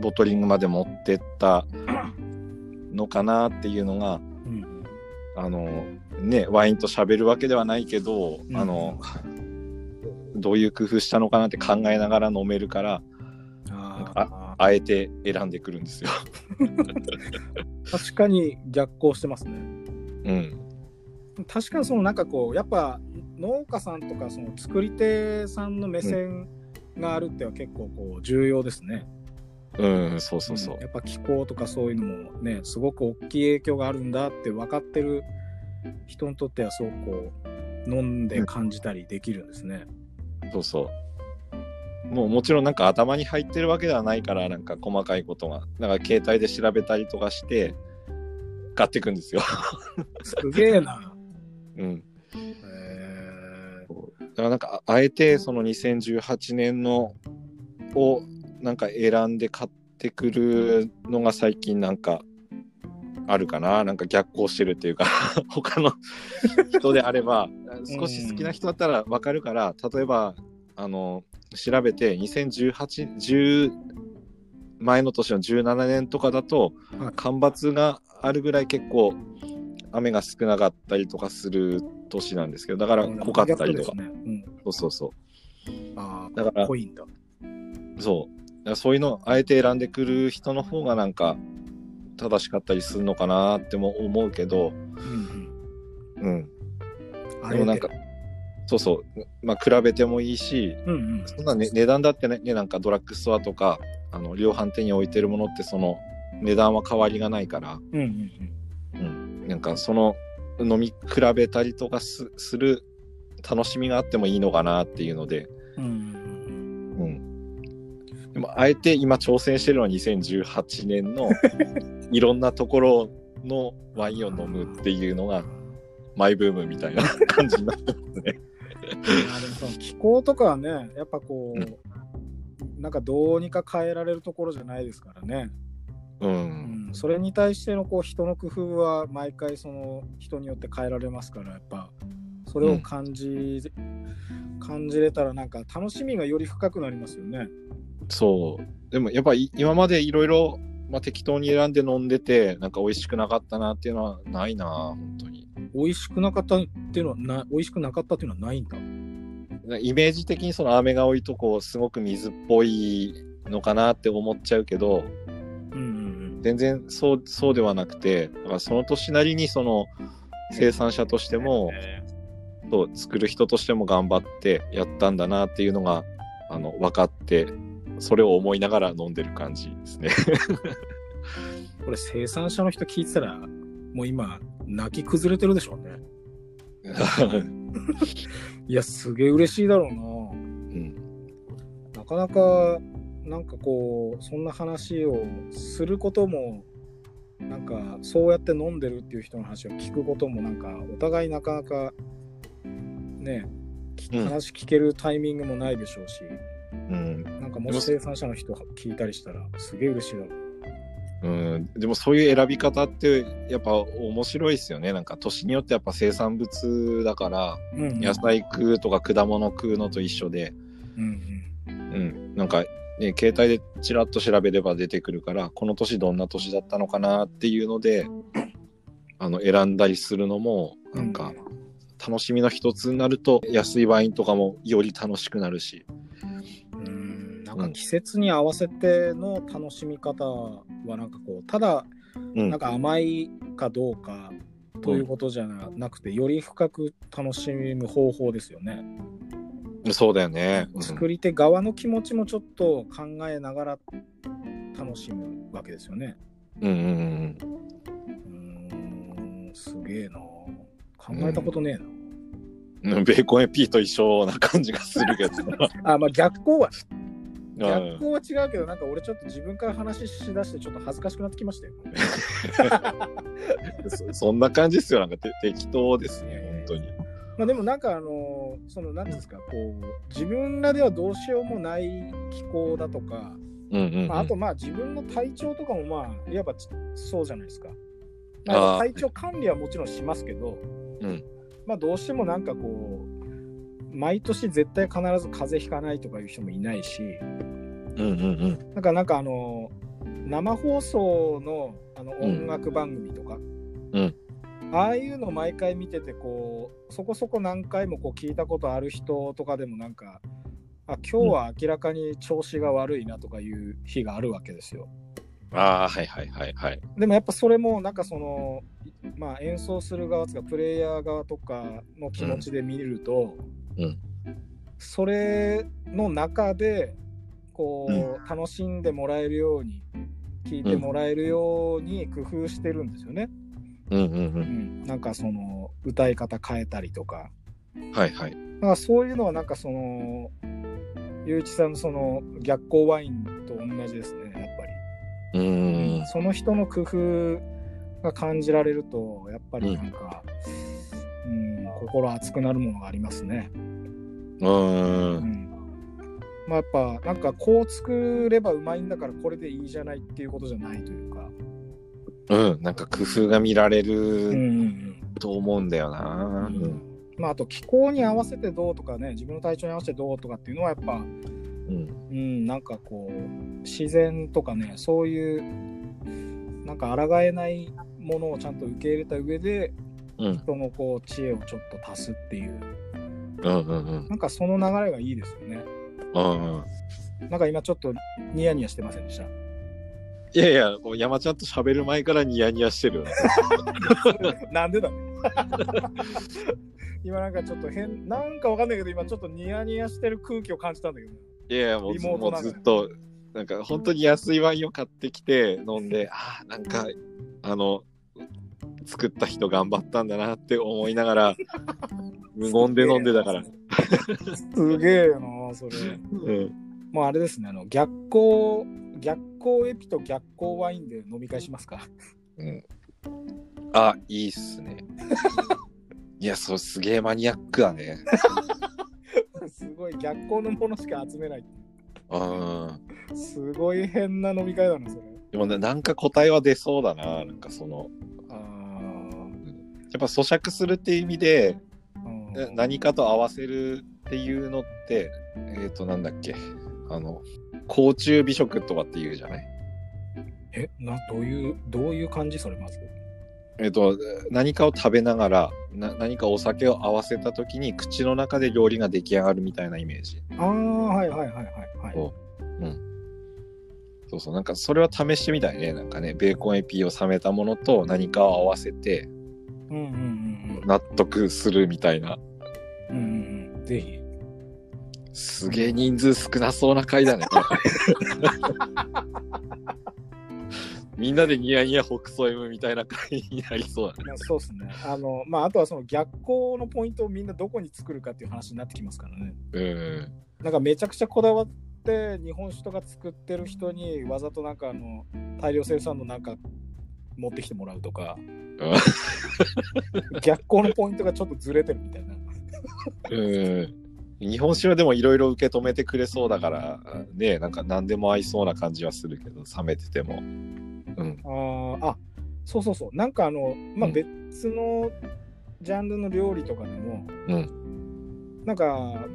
S1: ボトリングまで持ってったのかなっていうのが
S2: ん。
S1: あのねワインと喋るわけではないけど、
S2: うん
S1: あのどういう工夫したのかなって考えながら飲めるから
S2: ああ
S1: あえて選んでくるんですよ。
S2: 確かに逆行してますね。
S1: うん、
S2: 確かにそのなんかこうやっぱ農家さんとかその作り手さんの目線があるっては結構こう重要ですね。
S1: うん、そうそうそう
S2: うん。やっぱ気候とかそういうのもねすごく大きい影響があるんだって分かってる人にとってはすごくこう飲んで感じたりできるんで すね。
S1: そうそう。もうもちろんなんか頭に入ってるわけではないから、なんか細かいことが。だから携帯で調べたりとかして、買っていくんですよ。
S2: すげえな。
S1: うん。
S2: え
S1: だからなんか、ああえてその2018年のをなんか選んで買ってくるのが最近なんか、あるかななんか逆行してるっていうか 他の人であれば少し好きな人だったら分かるから例えばあの調べて201810前の年の17年とかだと
S2: はい
S1: 干ばつがあるぐらい結構雨が少なかったりとかする年なんですけどだから
S2: ー
S1: 濃かったりとか、
S2: 逆ですね
S1: そうそうそ
S2: うん、あ
S1: うだか
S2: あ
S1: ら
S2: 濃いんだ。
S1: そうだからそういうのをあえて選んでくる人の方がなんか正しかったりするのかなっても思うけど
S2: うんうん、
S1: うん
S2: あ
S1: で
S2: れ
S1: もなんか、そうそう、まあ、比べてもいいし、
S2: うんうん、
S1: そんな、ね、値段だってね、ねなんかドラッグストアとか、あの量販店に置いてるものって、その値段は変わりがないから、
S2: うんうんうん
S1: うん、なんかその飲み比べたりとかすする楽しみがあってもいいのかなっていうので、
S2: うんうん
S1: うん。でも、あえて今挑戦してるのは2018年のいろんなところのワインを飲むっていうのが、マイブームみたいな感じになってますね。
S2: うんあでもその気候とかはねやっぱこう、なんかどうにか変えられるところじゃないですからね、
S1: う。
S2: うんん、それに対してのこう人の工夫は毎回その人によって変えられますからやっぱそれを感じ、感じれたらなんか楽しみがより深くなりますよね。
S1: そう。でもやっぱり今までいろいろ、まあ、適当に選んで飲んでて、なんか美味しくなかったなっていうのはないな、本当に。
S2: 美味しくなかったっていうのはな美味しくなかったっていうのはないんだ。
S1: イメージ的にその飴が多いとこう、すごく水っぽいのかなって思っちゃうけど、
S2: うんうん
S1: 全然そうそうではなくて、だからその年なりにその生産者としても、
S3: え
S1: そう作る人としても頑張ってやったんだなっていうのがあの分かってそれを思いながら飲んでる感じです ね。
S2: これ生産者の人聞いてたら、もう今、泣き崩れてるでしょうね。いや、すげえ嬉しいだろう
S1: うん、
S2: な。なかなか、なんかこう、そんな話をすることも、なんか、そうやって飲んでるっていう人の話を聞くことも、なんか、お互いなかなか、ね、き
S1: うん
S2: 話聞けるタイミングもないでしょうし、
S1: うん
S2: なんか、もし生産者の人聞いたりしたら、すげえ嬉しいだろう。
S1: うん、でもそういう選び方ってやっぱ面白いですよねなんか年によってやっぱ生産物だから
S2: うん、うん。
S1: 野菜食うとか果物食うのと一緒で、
S2: うんうん。
S1: うん、なんか、ね、携帯でちらっと調べれば出てくるからこの年どんな年だったのかなっていうのであの選んだりするのもなんか楽しみの一つになると安いワインとかもより楽しくなるし、
S2: うんなんか季節に合わせての楽しみ方はなんかこうただ
S1: うん
S2: なんか甘いかどうかということじゃななくてより深く楽しむ方法ですよね。
S1: そうだよね、うん
S2: 作り手側の気持ちもちょっと考えながら楽しむわけですよね。
S1: うんうん
S2: うんすげえな考えたことねえな。
S1: うんうんベーコンエピーと一緒な感じがするけど な
S2: あまあ逆光は
S1: うん
S2: 逆光は違うけどなんか俺ちょっと自分から話しだしてちょっと恥ずかしくなってきましたよ。
S1: そそんな感じですよなんかて適当ですね本当に
S2: まあでもなんかあのその何ですかこう自分らではどうしようもない気候だとか、
S1: うんうんうん、
S2: まあ、あとまあ自分の体調とかもまあいわばちそうじゃないですか
S1: あー
S2: まあ体調管理はもちろんしますけど、
S1: うん
S2: まあどうしてもなんかこう毎年絶対必ず風邪ひかないとかいう人もいないし
S1: うんうんうん
S2: なんかなんかあの生放送のあの音楽番組とか、
S1: うん
S2: ああいうの毎回見ててこうそこそこ何回もこう聞いたことある人とかでもなんかあ今日は明らかに調子が悪いなとかいう日があるわけですよ。
S1: ああはいはいはいはい
S2: でもやっぱそれもなんかその、まあ、演奏する側とかプレイヤー側とかの気持ちで見ると、
S1: うん
S2: それの中でこう、楽しんでもらえるように聞いてもらえるように工夫してるんですよね。
S1: うんうん
S2: うんなんかその歌い方変えたりとか
S1: うんはいはい
S2: だからそういうのはなんかそのゆういちさんのその逆光ワインと同じですねやっぱり。
S1: うーん
S2: その人の工夫が感じられるとやっぱりなんか、うん心熱くなるものがありますね。
S1: うー
S2: うんんまあ、やっぱなんかこう作ればうまいんだからこれでいいじゃないっていうことじゃないというか。
S1: うんなんか工夫が見られ
S2: うん
S1: る
S2: うん
S1: と思うんだよ
S2: う
S1: な、
S2: んまあ、あと気候に合わせてどうとかね自分の体調に合わせてどうとかっていうのはやっぱ、
S1: うん
S2: うん、なんかこう自然とかねそういうなんか抗えないものをちゃんと受け入れた上で
S1: うん
S2: 人のこう知恵をちょっと足すっていう
S1: うんうんうん
S2: なんかその流れがいいですよね。
S1: うんうん
S2: なんか今ちょっとニヤニヤしてませんでした。
S1: いやいや、こう山ちゃんと喋る前からニヤニヤして るよね。
S2: なんでだね。 今なんかちょっと変、なんかわかんないけど今ちょっとニヤニヤしてる空気を感じたんだけど。
S1: いやいや、もう
S2: リ
S1: ず
S2: モー
S1: も
S2: トな
S1: う
S2: のに
S1: ずっと、なんか本当に安いワインを買ってきて飲んで、ああ、なんか、あの、作った人頑張ったんだなって思いながら、 無言で飲んでたから。。
S2: すげえよな、それ。
S1: うん、
S2: もうあれですね、あの逆光、逆光エピと逆光ワインで飲み会しますか。
S1: あ、いいっすね。いや、そう、すげえマニアックだね。
S2: すごい逆光のものしか集めない。
S1: うん。
S2: すごい変な飲み会だな、それ。
S1: でもね、なんか答えは出そうだな。なんかその、
S2: あー
S1: やっぱ咀嚼するっていう意味で、
S2: うん
S1: え何かと合わせるっていうのってえっ、となんだっけあの甲虫美食とかっていうじゃない
S2: えなどういうどういう感じそれまず
S1: えっ、と何かを食べながらな何かお酒を合わせた時に口の中で料理が出来上がるみたいなイメージ
S2: ああはいはいはいはいはい
S1: おそうそうなんかそれは試してみたいねなんかねベーコンエピを冷めたものと何かを合わせて
S2: うんうん
S1: 納得するみたいな
S2: うんうんうんうんぜひ
S1: すげえ人数少なそうな回だねこれみんなでニヤニヤ北総 M みたいな回になりそうだね
S2: まあそうですねあのまああとはその逆光のポイントをみんなどこに作るかっていう話になってきますからね
S1: うん
S2: なんかめちゃくちゃこだわって日本酒とか作ってる人にわざとなんかあの大量生産のなんか持ってきてもらうとか 逆光のポイントがちょっとずれてるみたいな
S1: うん日本酒はでもいろいろ受け止めてくれそうだからねなんか何でも合いそうな感じはするけど冷めててもうん
S2: あーあそうそうそうなんかあの、まあ、
S1: うん
S2: 別のジャンルの料理とかでも、
S1: う
S2: なんか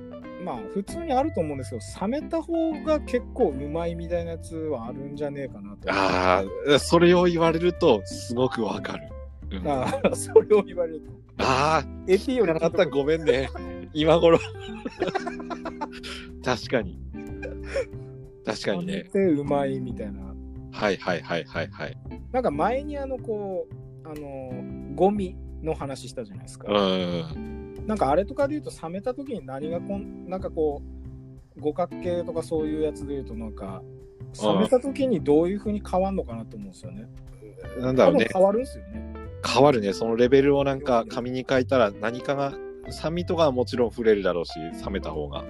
S2: まあ普通にあると思うんですけど冷めた方が結構うまいみたいなやつはあるんじゃねえかなと
S1: ああそれを言われるとすごくわかる、うんあ
S2: あー それを言われると
S1: あ
S2: AP よ
S1: ー
S2: り
S1: なかったごめんね今頃確かに確かにね
S2: でうまいみたいな
S1: はいはいはいはいはい。
S2: なんか前にあのこうあのゴミの話したじゃないですか、
S1: うん。
S2: なんかあれとかで言うと冷めた時に何がこんなんかこう五角形とかそういうやつで言うとなんか冷めた時にどういう風に変わるのかなと思うんですよね。
S1: なんだ
S2: 多
S1: ろう
S2: 分
S1: ね。
S2: 変わるんですよね。
S1: 変わるね。そのレベルをなんか紙に書いたら何かが、酸味とかはもちろん触れるだろうし、冷めた方が。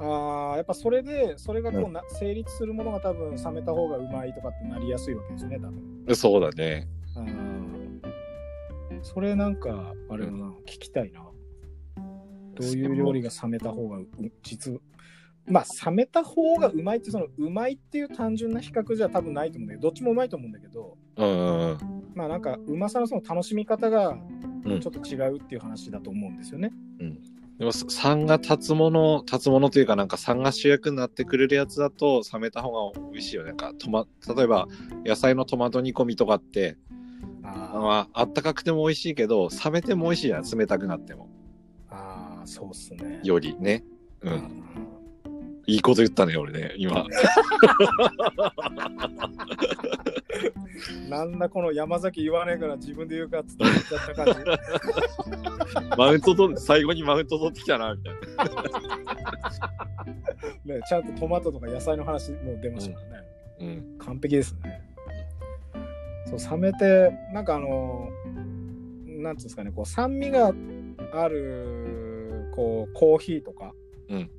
S2: ああやっぱそれでそれがこ
S1: う
S2: うな成立するものが多分冷めた方がうまいとかってなりやすいわけですよね多分。
S1: そうだね。
S2: あーそれなんかあれだな聞きたいな。どういう料理が冷めた方がう実はまあ冷めた方がうまいってそのうまいっていう単純な比較じゃ多分ないと思うんだけどどっちもうまいと思うんだけど
S1: うん。
S2: まあなんかうまさのその楽しみ方が
S1: うん
S2: ちょっと違うっていう話だと思うんですよね。
S1: でも、酸が立つもの、立つものというか、なんか酸が主役になってくれるやつだと、冷めた方が美味しいよね。なんかトマ例えば、野菜のトマト煮込みとかって、
S2: あ
S1: まああったかくても美味しいけど、冷めても美味しいじゃん。冷たくなっても。
S2: あーそうっすね。
S1: よりね。う
S2: うん
S1: ん。いいこと言ったね、俺ね。今。
S2: なんだこの山崎言わねえから自分で言うかっつって言っちゃった感じ。
S1: マウントと最後にマウント取ってきたなみたいな。
S2: ね、ちゃんとトマトとか野菜の話も出ましたからね。
S1: うん。
S2: 完璧ですね。そう冷めてなんかあのなんていうんですかねこう酸味があるこうコーヒーとか、
S1: うん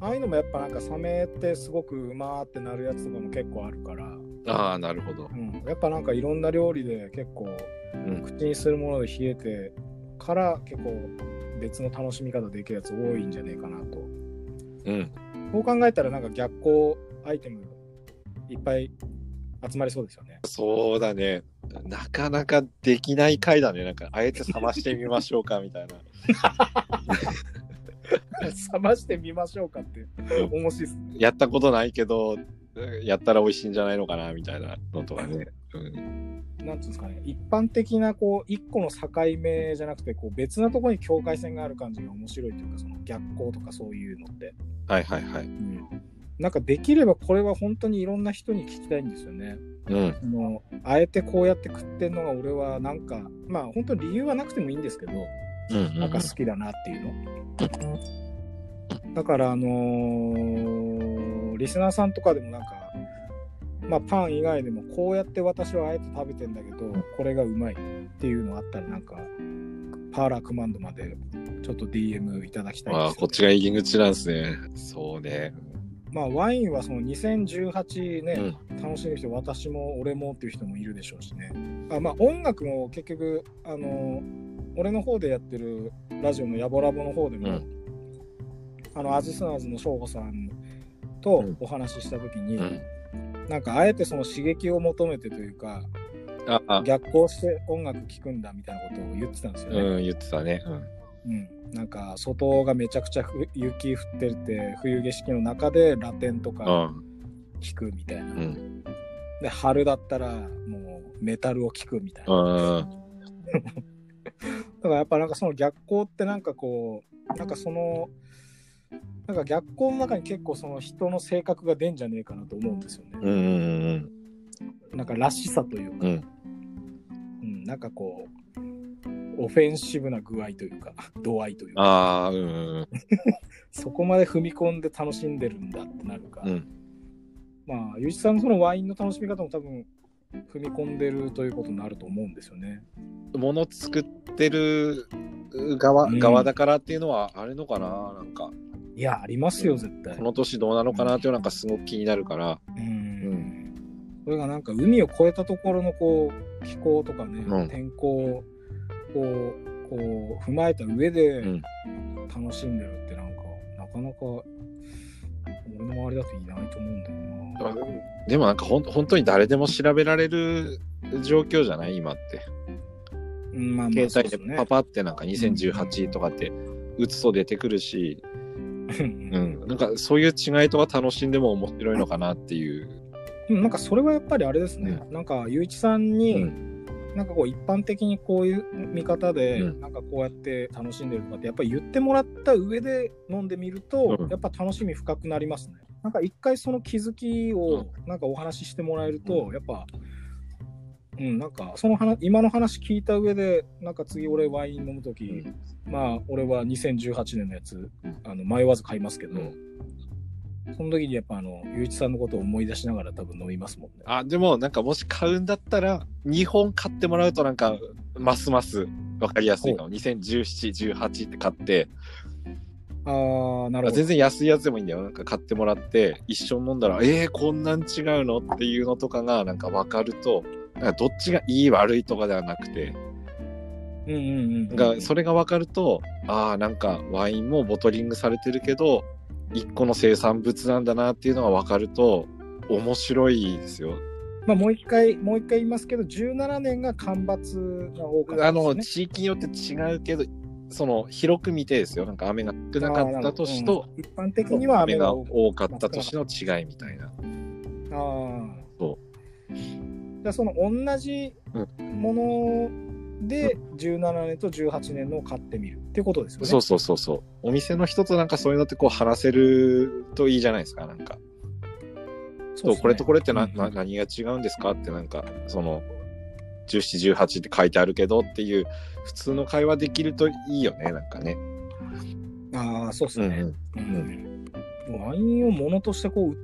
S2: ああいうのもやっぱなんか冷めてすごくうまーってなるやつとかも結構あるから、
S1: ああ、なるほど
S2: う。ん、やっぱなんかいろんな料理で結構
S1: うん。
S2: 口にするもので冷えてから結構別の楽しみ方できるやつ多いんじゃねえかなと。
S1: うん。
S2: こう考えたらなんか逆光アイテムいっぱい集まりそうですよね。
S1: そうだね。なかなかできない回だね。なんか、あえて冷ましてみましょうかみたいな。
S2: 冷ましてみましょうかって面白いですね。
S1: やったことないけど、やったら美味しいんじゃないのかなみたいなのとかね。うん。
S2: なんていうんですかね、一般的なこう一個の境目じゃなくてこう別なところに境界線がある感じが面白いというかその逆光とかそういうのって、
S1: はいはいはい。
S2: なんかできればこれは本当にいろんな人に聞きたいんですよね。
S1: うん。
S2: あのあえてこうやって食ってんのが俺はなんかまあ本当に理由はなくてもいいんですけど
S1: うん
S2: なんか好きだなっていうの。だからあのーリスナーさんとかでもなんか、まあ、パン以外でもこうやって私はあえて食べてんだけどこれがうまいっていうのあったらなんかパーラークマンドまでちょっと DM いただきたい
S1: ああ、
S2: です
S1: こっちが入り口なんですね。そうね。
S2: まあワインはその2018ね、
S1: うん。
S2: 楽しんでる人私も俺もっていう人もいるでしょうしねあまあ音楽も結局あの俺の方でやってるラジオのやぼラボの方でも、
S1: うん
S2: あのアジスナーズの翔吾さんと
S1: うん
S2: お話しした時に、
S1: うん。
S2: なんかあえてその刺激を求めてというか
S1: ああ、
S2: 逆行して音楽聴くんだみたいなことを言ってたんですよね、
S1: うん、言ってたね。うん。
S2: うん、なんか外がめちゃくちゃふ雪降ってて冬景色の中でラテンと
S1: う
S2: か
S1: ん。
S2: 聴くみたいな、
S1: うん。
S2: で春だったらもうメタルを聴くみたいな
S1: うん。
S2: だからやっぱなんかその逆光ってなんかこうなんかそのなんか逆光の中に結構その人の性格が出んじゃねえかなと思うんですよ
S1: うん。う
S2: ね。
S1: ん。
S2: なんからしさというか、
S1: うん。
S2: うん、なんかこうオフェンシブな具合というか度合いというか
S1: ああ、うん
S2: そこまで踏み込んで楽しんでるんだってなるか、
S1: うん。うん。
S2: まあゆういちさんのそのワインの楽しみ方も多分踏み込んでるということになると思うんですよね。
S1: もの作ってる側,、
S2: うん
S1: 側だからっていうのはあるのかななんか、
S2: いやありますよ絶対。
S1: この年どうなのかなっていうのなんかすごく気になるから。
S2: うんそれがなんか海を越えたところのこう気候とかね、
S1: うん
S2: 天候をこうこう踏まえた上で
S1: うん
S2: 楽しんでるってなんか、なかなか俺の周りだといないと思うんだよな。
S1: でもなんかほん本当に誰でも調べられる状況じゃない今って。
S2: うんまあまあそう
S1: 携帯
S2: です
S1: で
S2: ね
S1: パパってなんか2018とかって打つと出てくるし、
S2: うん
S1: うん、なんかそういう違いとか楽しんでも面白いのかなっていう。
S2: でもなんかそれはやっぱりあれですね、なんかゆういちさん
S1: う
S2: に、
S1: ん
S2: なんかこう一般的にこういう見方で、
S1: うん
S2: なんかこうやって楽しんでるとかってやっぱり言ってもらった上で飲んでみると、
S1: うん
S2: やっぱ楽しみ深くなりますね。なんか一回その気づきをなんかお話ししてもらえると、やっぱ、うん、なんかその話今の話聞いた上でなんか次俺ワイン飲む時、
S1: うん
S2: まあ俺は2018年のやつ
S1: うん
S2: あの迷わず買いますけど、
S1: うん
S2: その時にやっぱあのゆういちさんのことを思い出しながら多分飲みますもんね。
S1: あでもなんかもし買うんだったら2本買ってもらうとなんかますます分かりやすいかも201718って買って
S2: あーなるほど
S1: 全。然安いやつでもいいんだよなんか買ってもらって一緒に飲んだらえー、こんなん違うのっていうのとかがなんか分かるとなんかどっちがいい悪いとかではなくて
S2: うんうんうん、
S1: なんかそれが分かるとああなんかワインもボトリングされてるけど1個の生産物なんだなっていうのが分かると面白いですよ
S2: まあ、もう一回、もう一回言いますけど、17年が干ばつが多かったです、ね。
S1: あの地域によって違うけどその広く見てですよなんか雨が少なかった年と
S2: うん一般的には雨
S1: 雨
S2: が
S1: が
S2: 多か
S1: 多かった年の違いみたいな。
S2: った。ああ
S1: そう
S2: じゃあ、その同じもので、17年と18年のを買ってみるっていうことですよね。
S1: そうそうそうそう。お店の人となんかそういうのってこう話せるといいじゃないですか。なんか、
S2: そ
S1: そううこれとこれってな、
S2: うん
S1: な何が違うんですかってなんかその17、18って書いてあるけどっていう普通の会話できるといいよねなんかね。
S2: れ。ああ、そうです
S1: うん
S2: ね、うんワインを物としてこう売っ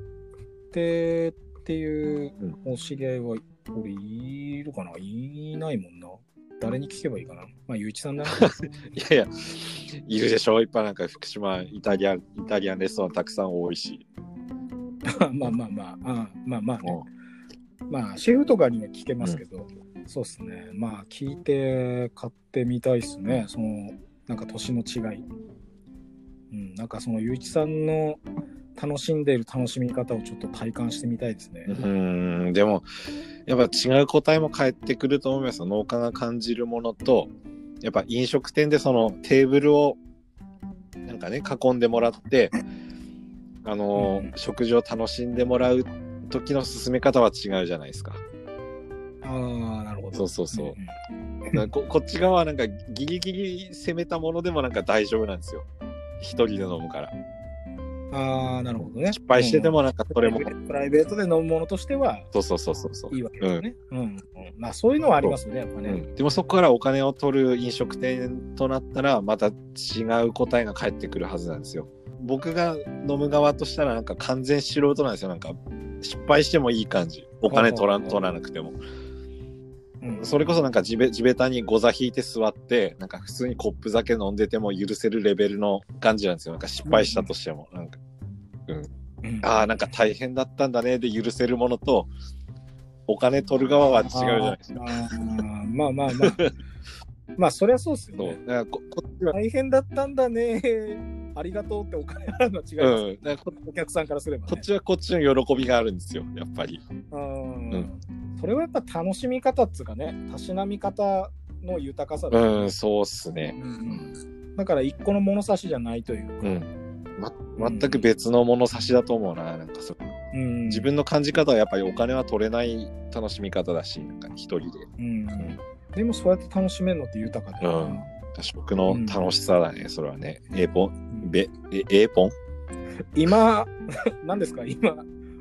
S2: てっていうお知り合いは、俺いるかないないもんな。誰に聞けばいいかな。まあ、ゆういちさんだな。
S1: いやいやいるでしょいっぱいなんか福島イタリアンイタリアンレストランたくさん多いし。
S2: まあまあまあ、あまあまあね、
S1: うん
S2: まあシェフとかには聞けますけど、そうですねまあ聞いて買ってみたいですねそのなんか年の違い、うん、なんかそのゆういちさんの楽しんでいる楽しみ方をちょっと体感してみたいですね、
S1: うーんでもやっぱ違う答えも返ってくると思いますよ農家が感じるものとやっぱ飲食店でそのテーブルをなんかね囲んでもらってあのー、
S2: うん
S1: 食事を楽しんでもらう時の進め方は違うじゃないですか
S2: ああなるほど
S1: そうそうそう
S2: うんうん
S1: だからここっち側はなんかギリギリ攻めたものでもなんか大丈夫なんですよ一人で飲むから
S2: ああなるほどね
S1: 失敗してて
S2: うん
S1: もなんかそれも、
S2: プライベートで飲むものとしては
S1: そうそうそうそうそう
S2: いいわけですね、うんうんまあそういうのはありますねやっぱね、
S1: うんでもそこからお金を取る飲食店となったらまた違う答えが返ってくるはずなんですよ。僕が飲む側としたらなんか完全素人なんですよなんか失敗してもいい感じお金取らん
S2: ほうほうほう
S1: 取らなくても
S2: うん
S1: それこそなんか地べ地べたにゴザ引いて座ってなんか普通にコップ酒飲んでても許せるレベルの感じなんですよなんか失敗したとしてもなんか
S2: うん
S1: ああなんか大変だったんだねで許せるものとお金取る側は違うじゃないですか。
S2: あーまあまあま あ。まあそりゃそうですよ、
S1: そう
S2: ね。
S1: だからここっちは
S2: 大変だったんだね。ありがとうってお金払うのは違います、
S1: うん、だからこ
S2: お客さんからすれば、ね。
S1: こっちはこっちの喜びがあるんですよ、やっぱり。
S2: うん
S1: うん
S2: それはやっぱ楽しみ方っつうかね、たしなみ方の豊かさだ、
S1: うん、そうっすね。
S2: うんだから一個の物差しじゃないという
S1: う
S2: か。
S1: ん。ま、全く別の物差しだと思うな。なんかそ
S2: うん
S1: 自分の感じ方はやっぱりお金は取れない楽しみ方だし、なんか一人で。
S2: うんでもそうやって楽しめるのって豊かだよな。
S1: 食の楽しさだね、それはね。えーポン、べ、え、えーポン
S2: 今、 何ですか今、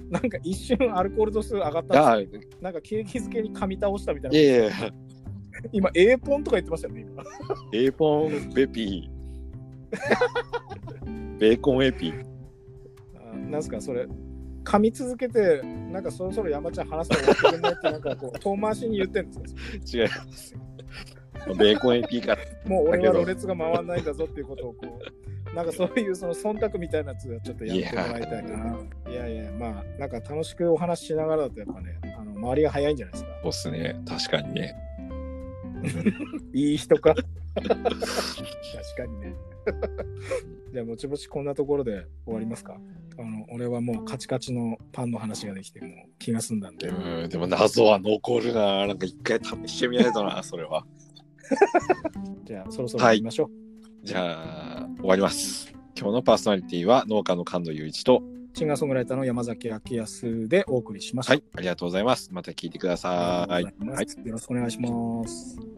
S2: なんか一瞬アルコール度数上がったんですけど
S1: あ、い
S2: なんか景気づけに噛み倒したみたいな。
S1: やいやいや
S2: 今、A ポンとか言ってましたよね、今。
S1: エーポンベ ピー。ベーコンエピ。
S2: あなんすか、それ、噛み続けて、なんかそろそろ山ちゃん話すの終わってくんないって、なんか こう、遠回しに言ってんですよ。
S1: 違います。ベーコンエピから。
S2: もう俺はろれつが回らないんだぞっていうことをこ う、なんかそういうその忖度みたいなやつはちょっとやってもらいたいな。いやいや、まあ、なんか楽しくお話ししながらだとやっぱね、あの周りが早いんじゃないですか。
S1: そうっすね。確かにね。
S2: いい 人か。確かにね。 じゃあ、もちもちこんなところで終わりますか。あの俺はもうカチカチのパンの話ができて、もう気が済んだんで。
S1: うん、でも謎は残るな。なんか一回試してみないとな、 それは。
S2: じゃあ、そろそろ行きましょう。
S1: じゃあ、終わります。今日のパーソナリティは農家の菅野雄一と、
S2: シンガーソングライターの山崎明康でお送りしました。
S1: はい、ありがとうございます。また聞いてくださ
S2: あり
S1: い
S2: がとう。ございますよろしくお願いします。